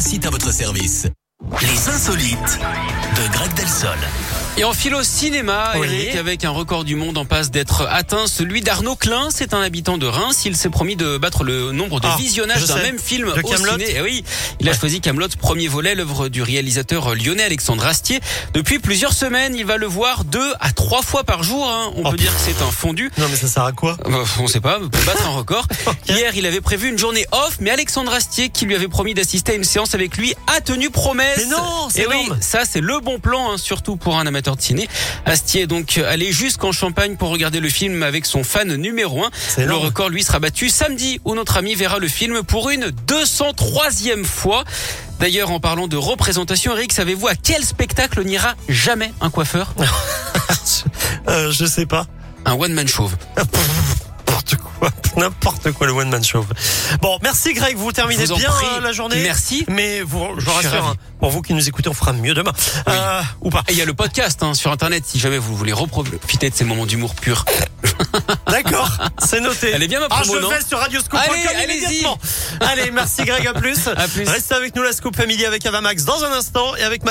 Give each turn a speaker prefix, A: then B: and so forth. A: site à votre service. Les insolites de Greg Delsol.
B: Et en philo cinéma,
C: Oui.
B: Eric, avec un record du monde en passe d'être atteint, celui d'Arnaud Klein, c'est un habitant de Reims. Il s'est promis de battre le nombre de
C: Ah,
B: visionnages
C: je
B: d'un
C: sais.
B: même film
C: De
B: au
C: Kaamelott
B: ciné. Eh oui, il a choisi Camelot, premier volet, l'œuvre du réalisateur lyonnais Alexandre Astier. Depuis plusieurs semaines, il va le voir deux à trois fois par jour. hein. On
C: Oh,
B: peut dire que c'est un fondu.
C: Non mais ça sert à quoi
B: Euh, On sait pas, peut battre un record. Hier, il avait prévu une journée off, mais Alexandre Astier, qui lui avait promis d'assister à une séance avec lui, a tenu promesse.
C: Mais non, c'est
B: Et oui,
C: énorme.
B: ça c'est le bon plan, hein, surtout pour un amateur de ciné. Astier est donc euh, allé jusqu'en Champagne pour regarder le film avec son fan numéro 1.
C: C'est
B: Le
C: énorme.
B: record, lui, sera battu samedi, où notre ami verra le film pour une 203e fois. D'ailleurs, en parlant de représentation, Eric, savez-vous à quel spectacle n'ira jamais un coiffeur
C: Euh, je sais pas.
B: Un one-man chauve.
C: N'importe quoi. N'importe quoi le one man show. Bon, merci Greg, vous terminez
B: Vous en
C: bien
B: prie.
C: euh, la journée.
B: Merci.
C: Mais vous, je vous
B: Je suis
C: rassure,
B: ravi.
C: hein, pour vous qui nous écoutez, on fera mieux demain. Euh, ou pas.
B: Et il y a le podcast hein, sur Internet, si jamais vous voulez reprofiter de ces moments d'humour pur.
C: D'accord, c'est noté.
B: Elle est bien, ma promo,
C: ah, je
B: non
C: vais sur radioscoop.com
B: Allez, allez-y.
C: immédiatement. Allez, merci Greg, à plus.
B: À plus.
C: Restez avec nous la Scoop Family avec Avamax dans un instant et avec ma